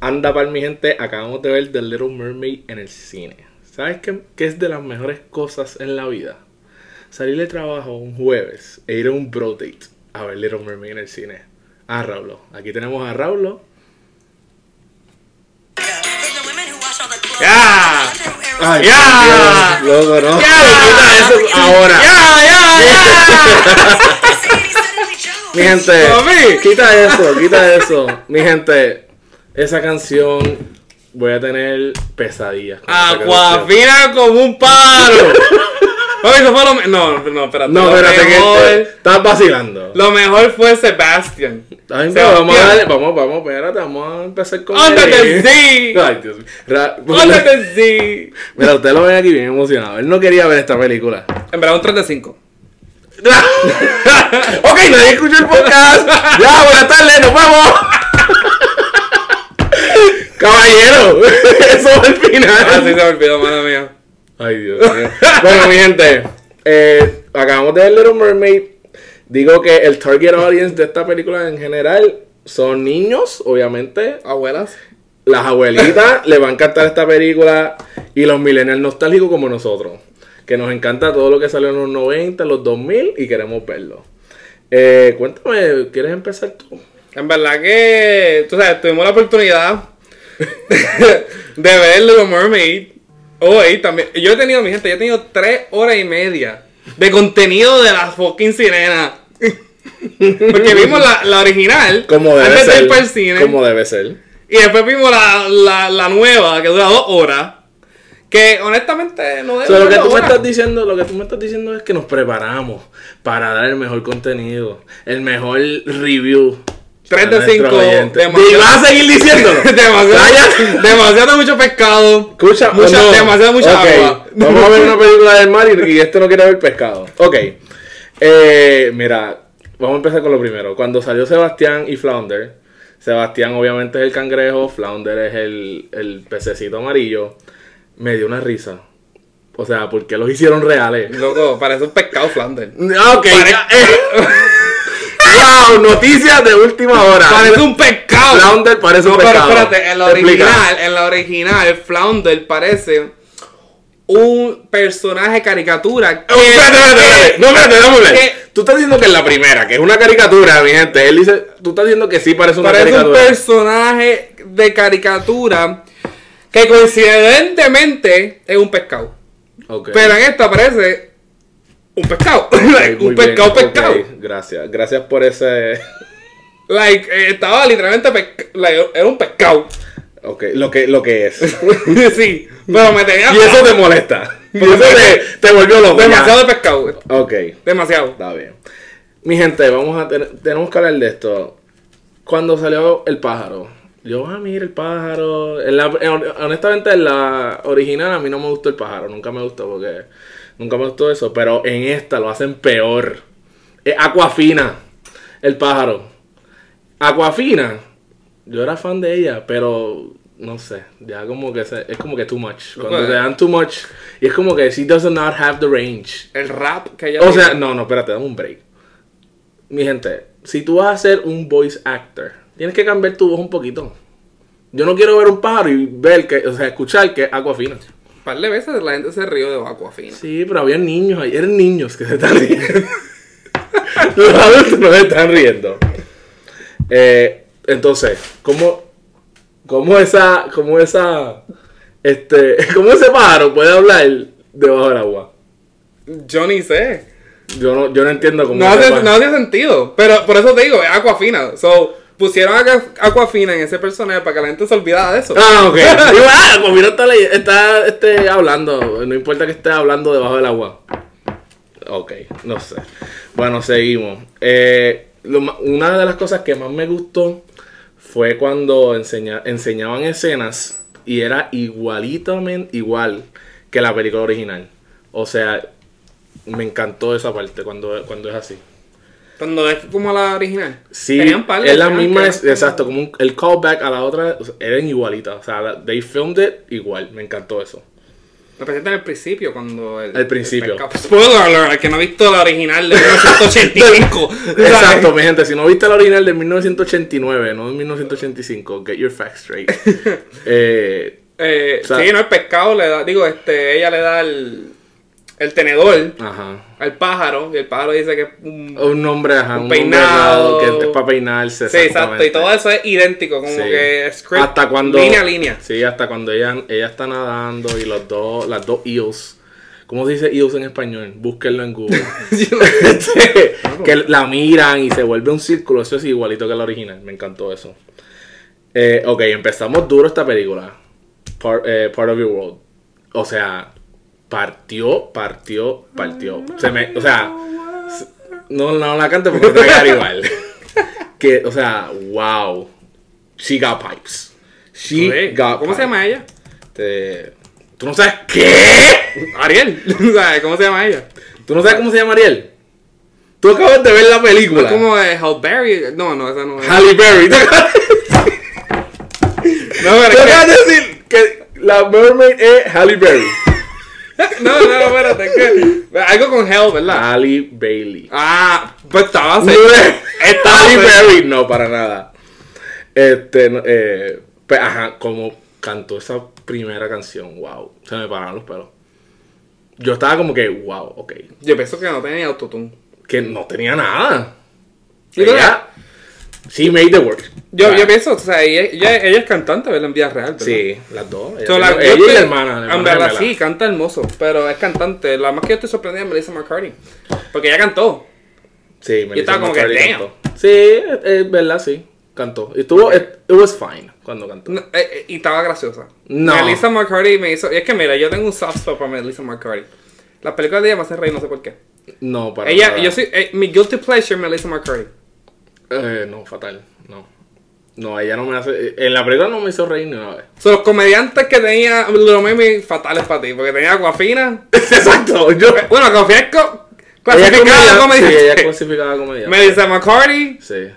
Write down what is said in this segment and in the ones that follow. Anda para mi gente, acabamos de ver The Little Mermaid en el cine. ¿Sabes qué, qué es de las mejores cosas en la vida? Salir de trabajo un jueves e ir a un bro date a ver Little Mermaid en el cine. Ah, Raulo. Aquí tenemos a Raulo. ¡Ya! Ay, ¡Ya! por Dios, loco, no. ¡Ya! Quita eso ahora. ¡Ya, ya, Mi gente, Papi. quita eso, quita eso. Mi gente, esa canción voy a tener pesadillas. con ya! esa canción. ¡Acuafina como un palo! Oye, eso fue lo me- No, no, espérate. No, lo espérate que este- mejor, estás vacilando. Lo mejor fue Sebastian. Ay, no, Sebastián. vamos a darle, vamos, vamos, espérate, vamos a empezar con Under the sea. Ay, Dios mío. Ra- Under the sea. Mira, ustedes lo ven aquí bien emocionado. Él no quería ver esta película. En verdad, un 35. ok, nadie escuchó el podcast. Ya, buenas tardes, nos vamos. Caballero, eso es el final. Ah, sí, se me olvidó, mala mía. Ay, Dios mío. bueno, mi gente, eh, acabamos de ver Little Mermaid. Digo que el target audience de esta película en general son niños, obviamente. Abuelas. Las abuelitas le va a encantar esta película. Y los millennials nostálgicos como nosotros. Que nos encanta todo lo que salió en los 90, los 2000 y queremos verlo. Eh, cuéntame, ¿quieres empezar tú? En verdad que, tú sabes, tuvimos la oportunidad de ver Little Mermaid hoy también. Yo he tenido, mi gente, yo he tenido tres horas y media de contenido de la fucking sirena. Porque vimos la, la original Como debe antes de ser. ir para el cine. Como debe ser. Y después vimos la, la, la nueva que dura dos horas. Que honestamente no debe O sea, lo que durar tú dos me horas. estás diciendo, lo que tú me estás diciendo es que nos preparamos para dar el mejor contenido, el mejor review. Tres de a nuestros cinco, oyentes. demasiado- Y vas a seguir diciéndolo. demasiado, Cállate. demasiado mucho pescado. Escucha, mucha, no. demasiado mucha Ok, agua. Vamos a ver una película del mar y, y este no quiere ver pescado. Ok. Eh, mira, vamos a empezar con lo primero. Cuando salió Sebastián y Flounder, Sebastián obviamente es el cangrejo, Flounder es el, el pececito amarillo, me dio una risa. O sea, ¿por qué los hicieron reales? Loco, parece un pescado Flanders. Ok. Pare- ya, eh. wow, noticias de última hora. Parece un pescado. Flounder parece no, un pero pescado. espérate, en la Explica. original, en la original, Flounder parece un personaje caricatura. que- Eh, espérate, espérate, espérate. que- No, espérate, déjame hablar. que Tú estás diciendo que es la primera, que es una caricatura, mi gente. Él dice, tú estás diciendo que sí parece una Parece un caricatura. personaje de caricatura que coincidentemente es un pescado. Ok. Pero en esta parece un pescado. Ok, Like, muy un pescado, bien, ok, pescado. Gracias, gracias por ese. Like, eh, estaba literalmente pesca- like, era un pescado. Ok, lo que, lo que es. y sí, pero me tenía eso te molesta. Y Porque eso te, te volvió loco. ya. demasiado de pescado. Ok, Demasiado. está bien. Mi gente, vamos a tener- tenemos que hablar de esto. Cuando salió el pájaro, yo, ah, mira el pájaro. En la- en- honestamente, en la original a mí no me gustó el pájaro, nunca me gustó porque nunca me gustó eso. Pero en esta lo hacen peor. Es Aquafina, el pájaro. Aquafina, yo era fan de ella, pero no sé, ya como que se- es como que too much. Cuando te dan too much, y es como que she does not have the range. El rap que ella O tiene. sea, no, no, espérate, dame un break. Mi gente, si tú vas a ser un voice actor, tienes que cambiar tu voz un poquito. Yo no quiero ver un pájaro y ver que, o sea, escuchar que es agua fina. un par de veces la gente se rió de Aquafina. Sí, pero había niños, ahí, eran niños que se están riendo. Los adultos no se están riendo. Eh, entonces, ¿cómo, cómo esa, cómo esa, este, cómo ese pájaro puede hablar debajo del agua? Yo ni sé. Yo no, yo no entiendo cómo. No ese hace, pájaro- no hace sentido. Pero por eso te digo, es Aquafina. So, pusieron a Aqua- Aquafina en ese personaje para que la gente se olvidara de eso. Ah, ok. Digo, ah, como mira, está, ley- está este, hablando. No importa que esté hablando debajo del agua. Ok, no sé. Bueno, seguimos. Eh, lo ma- una de las cosas que más me gustó fue cuando enseña- enseñaban escenas y era igualitamente igual que la película original. O sea, me encantó esa parte cuando, cuando es así. Cuando es como la original. Sí, Tenían par de es la escenas misma, que es- eran- exacto, como un- el callback a la otra, o sea, eran igualitas, o sea, la- they filmed it igual, me encantó eso. Me presentan al principio cuando el. Al principio. el pescado- spoiler alert, al que no ha visto la original de 1985. ¿sabes? Exacto, mi gente. Si no viste la original de 1989, no de 1985, get your facts straight. Eh, Eh, O sea- sí, no, el pescado le da. Digo, este, ella le da el, el tenedor ajá. al pájaro. Y el pájaro dice que es un. Un nombre, ajá. Un Un, nombre dado peinado. que es para peinarse. Sí, exacto. Y todo exactamente. eso es idéntico, como Sí. que script. Hasta cuando. Línea a línea. Sí, hasta cuando ella, ella está nadando y los dos, las dos eels. ¿Cómo se dice eels en español? Búsquenlo en Google. Este, Yo no sé. que la miran y se vuelve un círculo. Eso es igualito que la original. Me encantó eso. Eh, ok, empezamos duro esta película. Part, eh, Part of Your World. O sea, partió, partió, partió. Mm, Se me, o sea, se- no, no la cante porque te va a quedar igual. que, o sea, wow. She got pipes. She Joder, got ¿Cómo se pipes. llama eh? ella? Este, ¿Tú no sabes qué? Ariel. ¿Sabes cómo se llama ella? ¿Tú no sabes cómo se llama Ariel? Tú acabas de ver la película. Como de Halle Berry. No, no, esa no es. Halle Berry. Te No, pero es que- acabas de decir que la mermaid es Halle Berry. No, no, no, espérate, es que. Algo con Hell, ¿verdad? Halle Bailey. Ah, pues estaba No cerca. es Estaba Halle cerca. Berry. No, para nada. Este, no, eh, pues, ajá, como cantó esa primera canción, wow. Se me pararon los pelos. Yo estaba como que, wow, ok. Yo pienso que no tenía ni autotune. Que no tenía nada. Yo creo Ella, she made the Ah, work. Yo, O sea, yo pienso, o sea, ella, ella, ella es cantante, ¿verdad? En vida real, ¿verdad? Sí, las dos. Ella, So, la- tiene- ella yo y estoy- la hermana. La En hermana verdad, gemela. sí, canta hermoso, pero es cantante. La más que yo estoy sorprendida es Melissa McCarthy. Porque ella cantó. Sí, me Yo estaba como que, damn. Sí, es es verdad, sí. Cantó. Y Estuvo, it, it was fine cuando cantó. No, eh, eh, y estaba graciosa. No. Melissa McCarthy me hizo. Y es que mira, yo tengo un soft spot para Melissa McCarthy. Las películas de ella me hacen reír, no sé por qué. No, para Ella, nada. yo soy. eh, mi guilty pleasure es Melissa McCarthy. Eh, no, fatal. No. No, ella no me hace... En la película no me hizo reír ni una vez. Son los comediantes que tenía los memes fatales para ti, porque tenía a Guafina. Exacto, yo... Eh, Bueno, Guafina es co- Ella es comediante. clasificada Sí, ella es comediante. clasificada comediante. Melissa McCarthy. Sí.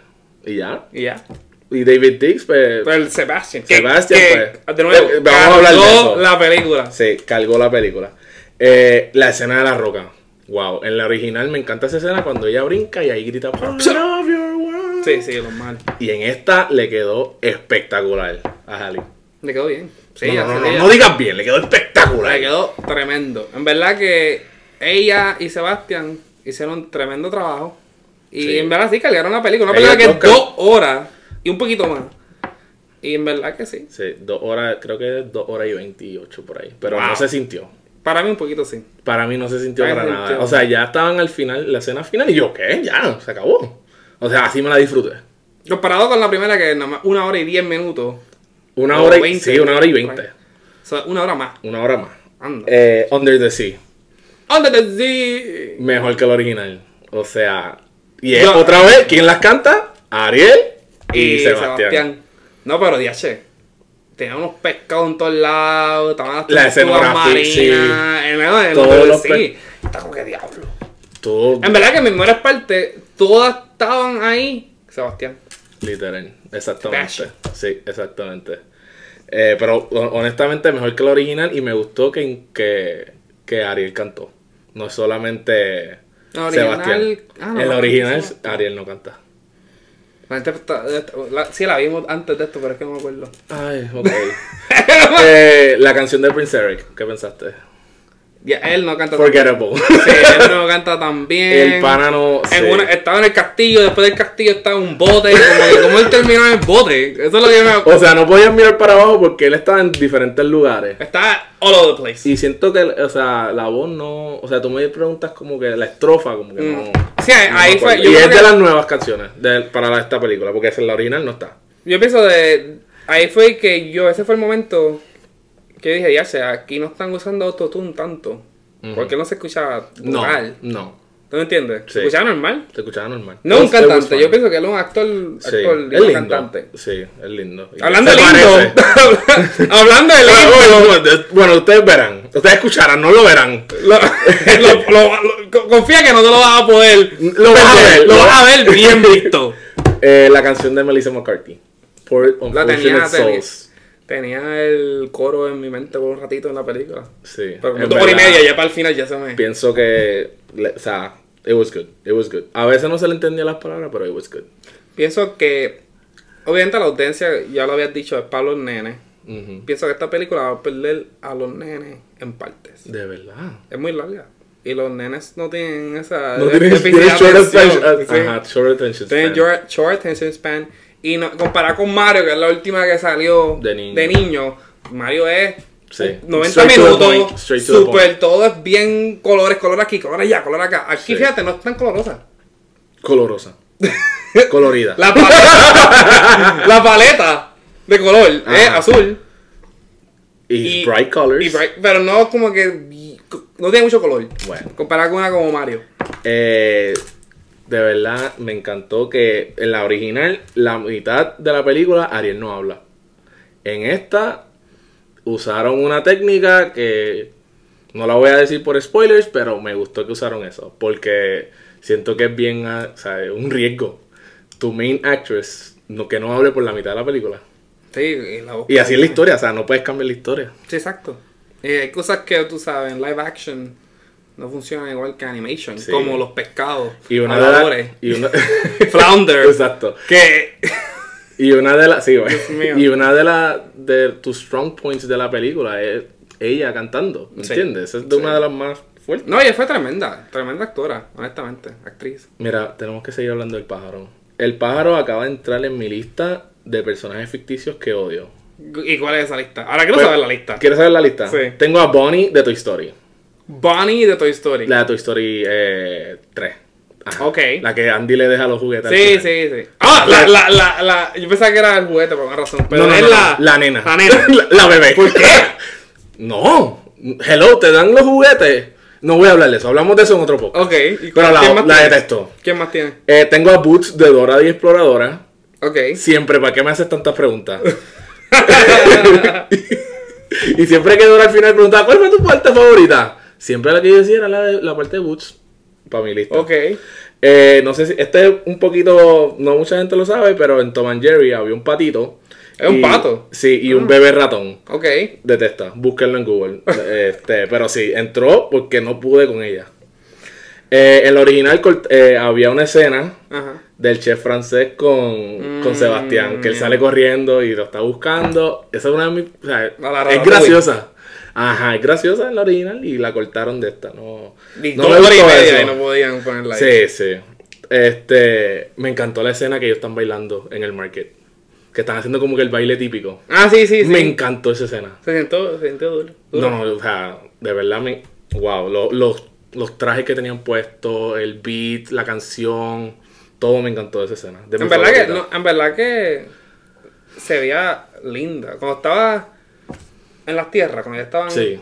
Y ya. Y ya. Y David Dix, pues... Pero el Sebastian. que- Sebastian, que, ah, pues. De nuevo, Eh, vamos a hablar de cargó eso. la película. Se cargó la película. Eh, la escena de la roca. Wow, en la original me encanta esa escena cuando ella brinca y ahí grita "Part of your world". Sí, sí, lo mal. Y en esta le quedó espectacular a Halle. Le quedó bien. Sí, no, ella- no, no, ella- no digas bien, le quedó espectacular. Le quedó tremendo. En verdad que ella y Sebastian hicieron un tremendo trabajo. Y Sí. en verdad sí cargaron la película. Una Ellos película que es dos dos horas y un poquito más. Y en verdad que sí. Sí, dos horas, creo que dos horas y 28 por ahí. Pero Wow. no se sintió. Para mí un poquito sí. Para mí no se sintió Ay, para se nada. sintió. O sea, ya estaban al final, la escena final, y yo, ¿qué? Ya, se acabó. O sea, así me la disfruté. Comparado con la primera que nada más una hora y diez minutos. Una O hora y 20, sí, una hora y por ahí. veinte. O sea, una hora más. Una hora más. Anda. Eh, Under the Sea. Under the sea. Mejor que el original. O sea, y es Yo- otra vez, ¿quién las canta? Ariel y, Y Sebastián. Sebastián. No, pero diache. Tenía unos pescados en todos lados. Estaban las La tortugas escenografía, sí. marinas, En medio de Todos Under the los Sea. pe- Está como que diablo. Todo En verdad que en mis mejores partes, todas estaban ahí. Sebastián. literal. Exactamente. Bash. Sí, exactamente. Eh, pero ho- honestamente, mejor que el original y me gustó que, que, que Ariel cantó. No solamente La original- Sebastián. ah, no, el no, original, no. Ariel no canta. La gente está- la- sí, la vimos antes de esto, pero es que no me acuerdo. Ay, ok. Eh, la canción de Prince Eric, ¿qué pensaste? Ya, él no canta tan Forgettable. bien. Sí, él no canta tan bien. El pana no. sí. En una- estaba en el castillo, después del castillo estaba en un bote. Como, que, ¿Cómo él terminó en el bote? Eso es lo que yo me. O sea, no podías mirar para abajo porque él estaba en diferentes lugares. Está all over the place. Y siento que, o sea, la voz no. O sea, tú me preguntas como que la estrofa, como que no. Mm. Sí, ahí- no ahí me fue- acuerdo. yo Y creo es de que- las nuevas canciones de- para la- esta película, porque esa es la original, no está. Yo pienso de. Ahí fue que yo. Ese fue el momento que yo dije, ya sé, aquí no están usando autotune tanto. Ujú. Porque no se escucha No. vocal. No. ¿Tú me entiendes? Sí. Se escuchaba normal. Se escuchaba normal. No un It was cantante, fine. yo pienso que él es un actor, Sí, actor es digo, lindo. cantante. Sí, es lindo. Y Hablando de se lindo, parece. hablando de Pero, lindo, bueno, bueno, bueno, ustedes verán. Ustedes escucharán, no lo verán. lo- lo- lo- lo- co- confía que no te lo vas a poder, Lo vas a perder, ver, lo lo- vas a ver bien visto. Eh, la canción de Melissa McCarthy. Por La tenía, Unfortunate tenía, Souls. Tenía el coro en mi mente por un ratito en la película. Sí. Pero como en dos horas y verdad, media, ya para el final ya se me. Pienso que. le- o sea, it was good. It was good. A veces no se le entendía las palabras, pero it was good. Pienso que. Obviamente la audiencia, ya lo habías dicho, es para los nenes. Ujú. Pienso que esta película va a perder a los nenes en partes. De verdad. Es muy larga. Y los nenes no tienen esa. No tienes, déficit de tienes short atención, attention. Eh, uh, sí. Ajá, short attention. Tienen span. short, short attention span. Y no, comparado con Mario, que es la última que salió De niño. niño, Mario es Sí. 90 Straight to the point, minutos, straight to the super, todo es bien colores, color aquí, color allá, color acá. Aquí, Sí. fíjate, no es tan colorosa. Colorosa. Colorida. La paleta, la paleta de color es Ajá. azul. y, bright colors. y bright- pero no como que, no tiene mucho color. Bueno. Comparado con una como Mario. Eh, de verdad, me encantó que en la original, la mitad de la película, Ariel no habla. En esta, usaron una técnica que no la voy a decir por spoilers, pero me gustó que usaron eso. Porque siento que es bien, ah, o sea, es un riesgo. Tu main actress, no, que no hable por la mitad de la película. Sí, y la voz. Y así es la historia, o sea, no puedes cambiar la historia. Sí, exacto. Eh, hay cosas que tú sabes, en live action no funcionan igual que animation, Sí. como los pescados, Y una de las- habladores, y una- flounder, Exacto. que Y una de las. Sí, güey. mío. Y una de las. De tus strong points de la película es ella cantando. Sí. ¿Entiendes? Esa es de Sí. una de las más fuertes. no, ella fue tremenda, tremenda actora, honestamente, actriz. Mira, tenemos que seguir hablando del pájaro. El pájaro acaba de entrar en mi lista de personajes ficticios que odio. Pues, ¿Y cuál es esa lista? Ahora quiero saber la lista. ¿Quieres saber la lista? Sí. Tengo a Bonnie de Toy Story. Bonnie de Toy Story. La de Toy Story eh, 3. Ajá. Ok. La que Andy le deja los juguetes. al sí, final. sí, sí. Ah, la, la, la, la- yo pensaba que era el juguete por alguna razón, pero no, no, es no, la, no, la nena. La nena. La, la bebé. ¿Por qué? No. Hello, te dan los juguetes. No voy a hablar de eso. Hablamos de eso en otro poco. ok, ¿y Pero la, quién más la tiene? detesto. ¿Quién más tiene? Eh, tengo a Boots de Dora y Exploradora. Ok. Siempre, ¿para qué me haces tantas preguntas? y siempre que Dora al final preguntaba, ¿cuál fue tu parte favorita? Siempre la que yo decía era la, de, la parte de Boots. Para mi lista. Ok. Eh, no sé si. Este es un poquito. No mucha gente lo sabe, pero en Tom and Jerry había un patito. ¿Es un y- pato? Ah. Sí, y un bebé ratón. Ok. Detesta, búsquenlo en Google. Este, pero sí, entró porque no pude con ella. Eh, en la original cort- eh, había una escena Ajá. del chef francés con, con Sebastián, que él Mm. sale corriendo y lo está buscando. Esa es una de mis. o sea, la Ratatouille. es graciosa. Ajá, es graciosa en la original y la cortaron de esta. No, Y no dos me horas y gustó media eso. y no podían ponerla ahí. Sí, sí. Este, me encantó la escena que ellos están bailando en el market. Que están haciendo como que el baile típico. Ah, sí, sí, sí. Me encantó esa escena. Se sentó, se sentó duro. duro. No, no, o sea, de verdad me. Wow, lo- los, los trajes que tenían puestos, el beat, la canción, todo me encantó de esa escena. de mi en, verdad que, favorita. no, en verdad que se veía linda. Cuando estaba en las tierras, cuando ya estaban... Sí,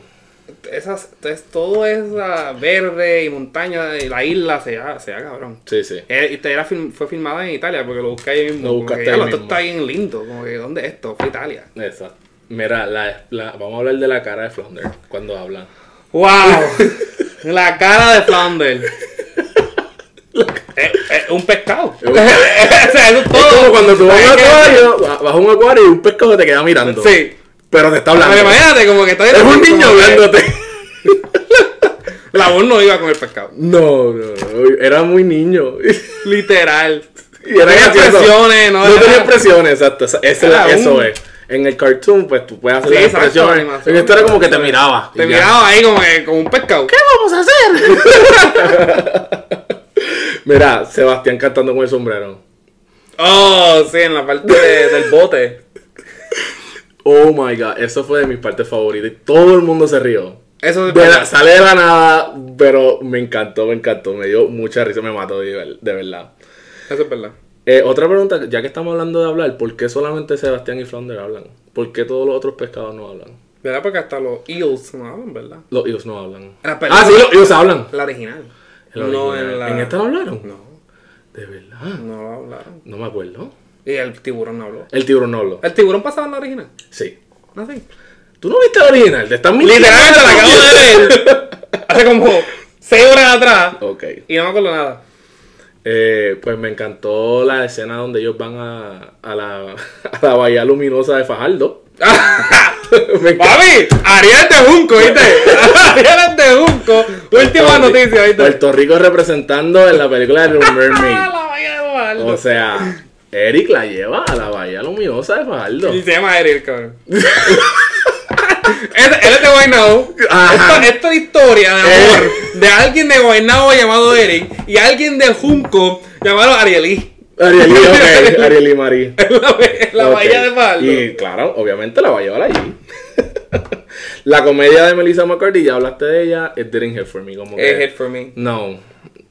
Esas, entonces, todo esa verde y montaña y la isla se veía, se veía cabrón. sí, sí. Eh, Y te era film- fue filmada en Italia porque lo busqué ahí mismo. Lo como buscaste que, ahí "Ya, Esto mismo". está bien lindo. Como que, ¿dónde es esto? Fue Italia. Esa. Mira, la, la- vamos a hablar de la cara de Flounder cuando hablan. ¡Wow! la cara de Flounder. es, es un pescado. o sea, eso es todo. Es como cuando tú vas a un Oh, ¿Sabes qué? acuario, ba- vas a un acuario y un pescado te queda mirando. Sí. Pero te está hablando. Pero imagínate como que está es un niño como que hablándote. La voz no iba con el pescado. No, no, no, era muy niño. Y Literal. era no tenía gracioso. expresiones, no, No era- tenía expresiones, exacto. esa- esa es la- Era eso un- es. En el cartoon, pues tú puedes hacer Sí, las exacto, expresiones. animación. en esto era como que te miraba. Te y ya. miraba ahí como que como un pescado. ¿Qué vamos a hacer? Mira, Sebastián cantando con el sombrero. Oh, sí, en la parte de- del bote. Oh my god, eso fue de mis partes favoritas. y Todo el mundo se rió. Eso es De la- verdad. sale de la nada, pero me encantó, me encantó. Me dio mucha risa, me mató de, ver- de verdad. Eso es verdad. Eh, otra pregunta, ya que estamos hablando de hablar, ¿por qué solamente Sebastián y Flounder hablan? ¿Por qué todos los otros pescados no hablan? ¿Verdad? Porque hasta los eels no hablan, ¿verdad? Los ellos no hablan. En la película. Ah, sí, los ellos hablan. La original. El original. en la... ¿En esta no hablaron? No, De verdad. no hablaron. No me acuerdo. Y el tiburón no habló. El tiburón no habló. ¿El tiburón pasaba en la original? Sí. No sé. ¿Tú no viste la original? Te están mintiendo. Literalmente la acabo de ver. Hace como seis horas atrás. Ok. Y no me acuerdo nada. eh, pues me encantó la escena donde ellos van a, a, la, a la bahía luminosa de Fajardo. Me encanta. ¡Papi! Ariel de Junco, ¿viste? Ariel de Junco. Última Puerto Ri- noticia, ¿viste? Puerto Rico representando en la película de Little Ah, Mermaid. la vaya de Fajardo. O sea, Eric la lleva a la bahía luminosa de Fajardo. Y se llama Ariel, cabrón. Él él es de Guaynabo. Ajá. Esta, esta historia de Eh. amor de alguien de Guaynabo llamado Eric y alguien de Junco llamado Arielí. Ariel y, ok, Ariel y Marí. En la, en la Ok. bahía de Fajardo. Y claro, obviamente la va a llevar allí. la comedia de Melissa McCarthy, ya hablaste de ella, it didn't hit for me. Como que, Es Head for Me. No,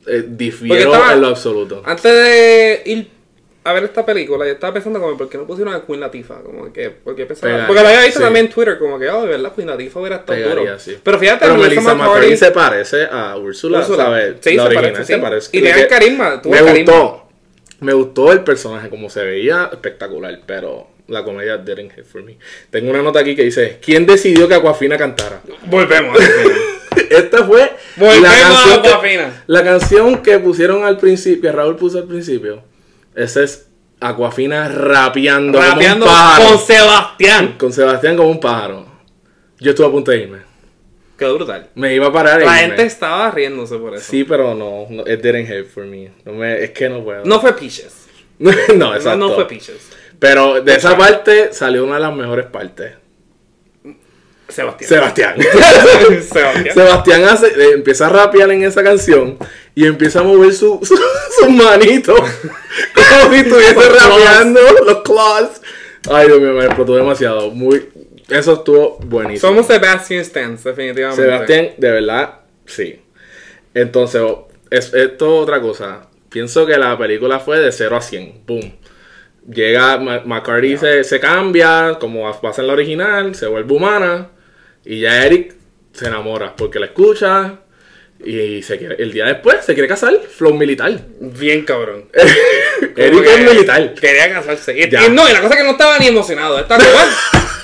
eh, difiero Porque estaba- en lo absoluto. Antes de ir a ver esta película, yo estaba pensando como, ¿por qué no pusieron a Queen Latifah? Como que, ¿por qué pensaban? Pegaría, Porque lo había visto sí. también en Twitter, como que, oh, de verdad, Queen Latifah hubiera estado Pegaría, duro. sí. Pero fíjate, Pero Melissa Melissa McCarthy- McCarthy se parece a Úrsula, Úrsula. ¿sabes? Sí, La se original parece, se sí. parece. Y Creo tenía que- carisma, tuvo Me carisma. gustó. Me gustó el personaje, como se veía, espectacular, pero la comedia didn't hit for me. Tengo una nota aquí que dice, ¿quién decidió que Aquafina cantara? Volvemos. Esta fue Volvemos la a canción, que, Aquafina. la canción que pusieron al principio, que Raúl puso al principio. Esa es Aquafina rapeando, Rapeando como un pájaro. con Sebastián. Con Sebastián como un pájaro. Yo estuve a punto de irme. Qué brutal. Me iba a parar e La irme. gente estaba riéndose por eso. Sí, pero no, no it didn't help for me. No me- es que no puedo. No fue Peaches. no, No, exacto. no fue Peaches. Pero de esa parte salió una de las mejores partes. Sebastián. Sebastián. Sebastián. Sebastián hace, eh, empieza a rapear en esa canción y empieza a mover su- su- sus manitos como si estuviese Los claws. rapeando los claws. Ay, Dios mío, me explotó demasiado. Muy, eso estuvo buenísimo. Somos Sebastian Stans, definitivamente. Sebastián, de verdad, sí. Entonces, o- es- esto es otra cosa. Pienso que la película fue de 0 a 100. Boom. Llega, Ma- McCarthy se, se cambia, como pasa en la original, se vuelve humana. Y ya Eric se enamora porque la escucha. Y se quiere- el día después se quiere casar, flow militar. Bien cabrón. Eric Como es que militar. Quería casarse. Y, Ya. y no, y la cosa es que no estaba ni emocionado. Estaba igual.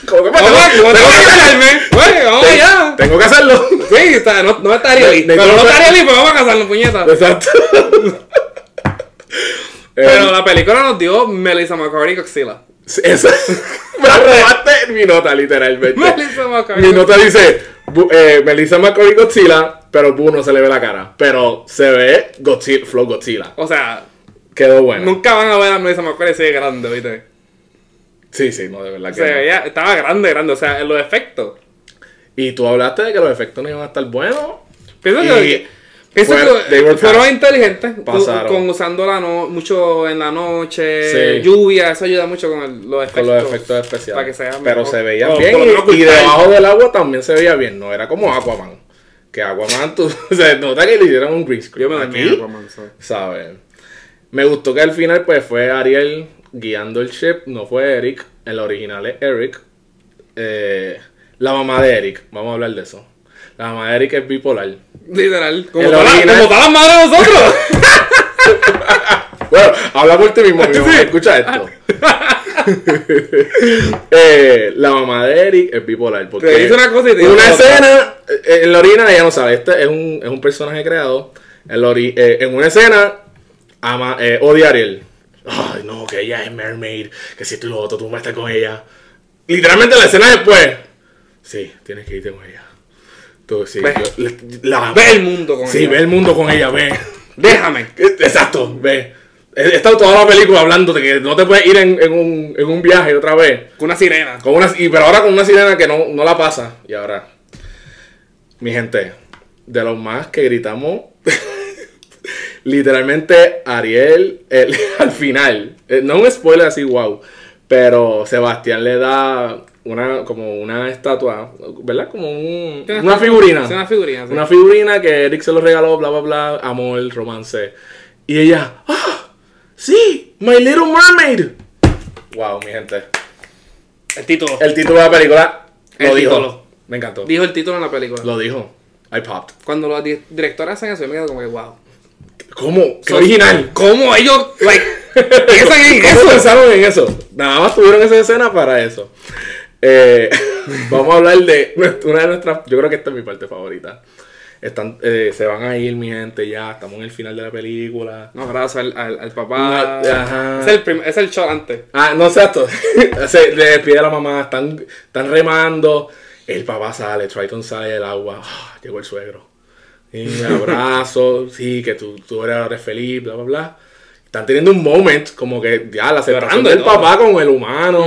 Como que, Vamos "Tengo- a tengo vamos a que casarme, casarme. Bueno, vamos allá. Tengo que hacerlo. Sí, está, no, no está Ariel. De- de Pero no cosa- está Ariel, pues vamos a casarnos, puñeta. Exacto. Pero la película nos dio Melissa McCarthy Coxila. Sí, Esa. Me robaste mi nota, literalmente. Melissa McCarthy. mi nota dice: Bu- eh, Melissa McCoy Godzilla, pero Bu no se le ve la cara. Pero se ve Godzilla, Flow Godzilla. O sea, Quedó bueno. nunca van a ver a Melissa McCarthy así de grande, ¿viste? Sí, sí, no, de verdad que. Se no. veía, estaba grande, grande. O sea, en los efectos. Y tú hablaste de que los efectos no iban a estar buenos. Pienso Y que, pienso fueron- que they were eh, fueron fast. inteligentes con- Pasaron. con usando la no, mucho en la noche, Sí. lluvia, eso ayuda mucho con el- los efectos. Con los efectos especiales. Para que se vea pero mejor. se veía O bien. por lo Y, menos y ocultar. debajo del agua también se veía bien. No era como Aquaman. Que Aquaman, tú, se nota que le hicieron un green screen. Yo me dormí. Aquí, ¿sabes? Me gustó que al final pues fue Ariel guiando el ship, no fue Eric, en la original es Eric. Eh, la mamá de Eric, vamos a hablar de eso. La mamá de Eric es bipolar. Literal. Como El todas original. como todas las madres de nosotros. Bueno, habla por ti mismo, mi mamá, escucha esto. Eh, la mamá de Eric es bipolar. Porque Te dice una cosa y te dice Una otra. escena, eh, en la orina ella no sabe, este es un, es un personaje creado. En, la ori- eh, en una escena, ama, eh, odia a Ariel. Ay, no, que ella es mermaid, que si tú y lo otro, tú vas a estar con ella. Literalmente la escena después. Sí, tienes que irte con ella. Tú, sí, Ve. yo- le- la- Ve el mundo con Sí, ella. ve el mundo con ella, ve. Déjame. Exacto, ve. He estado toda la película hablando de que no te puedes ir en, en un, en un viaje otra vez. Con una sirena. Con una, y, pero ahora con una sirena que no, no la pasa. Y ahora, mi gente, de los más que gritamos, literalmente Ariel, el- al final, eh, no un spoiler así, wow, pero Sebastián le da una como una estatua, ¿verdad? Como un- una figurina. Es una figurina. sí. Una figurina que Eric se lo regaló, bla, bla, bla, amor, romance. Y ella, ¡ah! ¡Sí! ¡My Little Mermaid! Wow, mi gente. El título. El título de la película lo El dijo. título. Me encantó. Dijo el título en la película. Lo dijo. I popped. Cuando los di- directores hacen eso, yo me quedo como que wow. ¿Cómo? ¡Qué So- original! ¿Cómo ellos, like, piensan en ¿Cómo eso? pensaron en eso? Nada más tuvieron esa escena para eso. Eh, vamos a hablar de nuestra- una de nuestras. Yo creo que esta es mi parte favorita. Están, eh, se van a ir, mi gente, ya. Estamos en el final de la película. Un abrazo al, al, al papá. No, ajá. Es el, prim- es el shot antes. Ah, no, exacto. se, le despide a la mamá, están, están remando. El papá sale, Triton sale del agua. Ah, llegó el suegro. Y un abrazo, sí, que tú, tú eres, ahora feliz, bla, bla, bla. Están teniendo un moment, como que ya la separación Llorando y del todo. papá con el humano.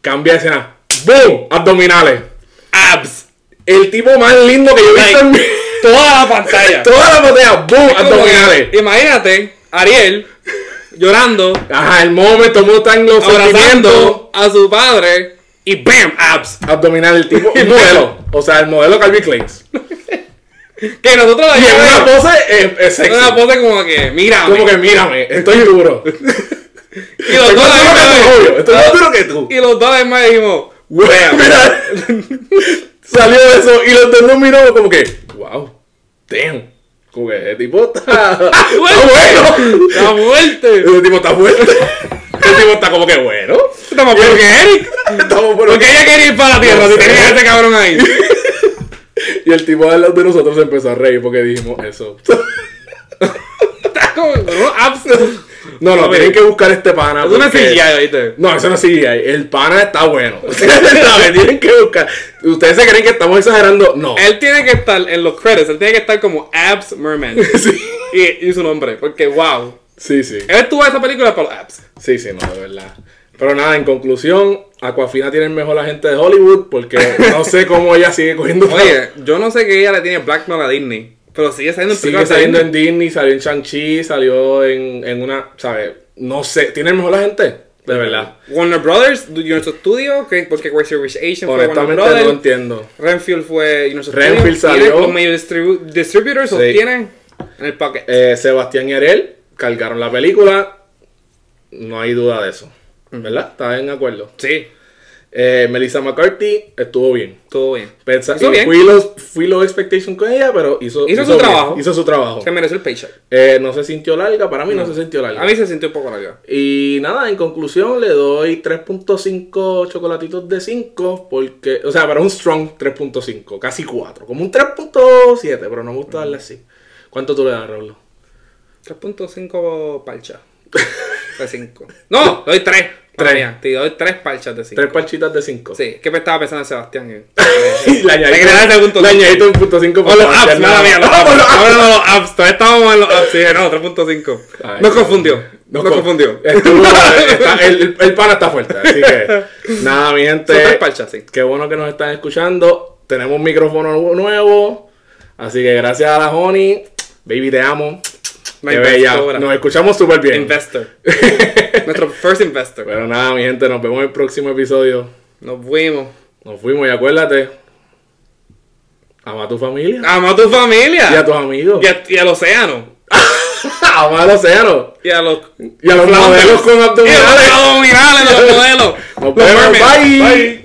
Cambia de escena. ¡Boom! Abdominales. Abs. El tipo más lindo que yo he visto en mi... Toda la pantalla. Toda la botella. ¡Boom! Es como que, Abdominales. Imagínate, Ariel llorando, Ajá, el momento, todo el mundo está en los sentimientos. abrazando a su padre y ¡bam! Abs. Abdominal, el tipo. El modelo. O sea, el modelo Calvin Klein. Que nosotros la Y en una llevamos pose es, es en sexy. una pose como que, mira. Como que mírame, estoy duro. y los Estoy dos más la duro que misma tu vez. novio. Estoy más duro que tú. Y los dos además dijimos, ¡bam! Mira. Salió eso y los dos nos miramos como que, wow, damn. Como que el tipo está. Ah, está bueno. ¡La muerte! Ese tipo está fuerte. El tipo está como que bueno. Estamos peor que Eric. Estamos bueno. Porque ella quería ir para la tierra No si sé. tenía a ese cabrón ahí. Y el tipo al lado de nosotros se empezó a reír porque dijimos eso. Está como, no, abs. No, no, A ver. tienen que buscar este pana. Es una porque- silla, ¿viste? No, eso no es CGI. El pana está bueno. Ustedes saben, tienen que buscar. Ustedes se creen que estamos exagerando. No. Él tiene que estar en los credits, él tiene que estar como Abs Merman. Sí. y, y su nombre, porque wow. sí, sí. Él estuvo en esa película por los Abs. Sí, sí, no, de verdad. Pero nada, en conclusión, Aquafina tiene el mejor agente de Hollywood porque no sé cómo ella sigue cogiendo. Oye, yo no sé qué ella le tiene blackmail a Disney, pero sigue saliendo en sigue películas de saliendo en Disney. Disney, salió en Shang-Chi, salió en, en una, ¿sabes? No sé, tiene el mejor agente, de verdad. Warner Brothers, Universal Studios, que- porque Crazy Rich Asian fue Warner Honestamente no Brothers. lo entiendo. Renfield fue Universal Renfield Studios. salió. Y Los medio distribu- distributors Sí. los tienen en el pocket. Eh, Sebastián y Ariel cargaron la película, no hay duda de eso, ¿verdad? Está en acuerdo. sí, Eh, Melissa McCarthy estuvo bien. todo bien. Pensa- Hizo bien. Fui los fui low expectation con ella, pero hizo, Hizo su bien, trabajo. Hizo su trabajo. Se mereció el paycheck. Eh, no se sintió larga, para mí no, se sintió larga. A mí se sintió un poco larga. Y nada, en conclusión le doy 3.5 chocolatitos de 5, porque, o sea, para un strong 3.5, casi 4, como un 3.7, pero no me gusta darle así. ¿Cuánto tú le das, Rolo? 3.5 palchas. De 5. No, doy 3. Tres. Te doy 3 palchas de 5. Tres parchitas de 5. Sí, es que me estaba pensando en Sebastián. eh. Y le añadí, Le agregaste el punto le cinco. ah, añadí un punto 5 O los apps, nada mía, los apps. apps. Ahora pues, no, los apps. Todavía estábamos en los apps. Dije, no, 3.5. Ay, Nos Dios. confundió. Nos No Este, confundió. Estuvo- está- el, el- el pana está fuerte, así que nada, mi gente. Son tres palchas, sí. Qué bueno que nos están escuchando. Tenemos un micrófono nu- nuevo. Así que gracias a la Honey. Baby, te amo. La Qué bella. investora. Nos escuchamos súper bien. Investor. Nuestro first investor. Pero nada, mi gente, nos vemos en el próximo episodio. Nos fuimos. Nos fuimos y acuérdate. Ama a tu familia. Ama a tu familia. Y a tus amigos. Y a- y al océano. Ama al océano. Y a los Y a los flounders. modelos con Y a los abdominales. abdominales, los modelos. Nos Los vemos. mermaids. Bye.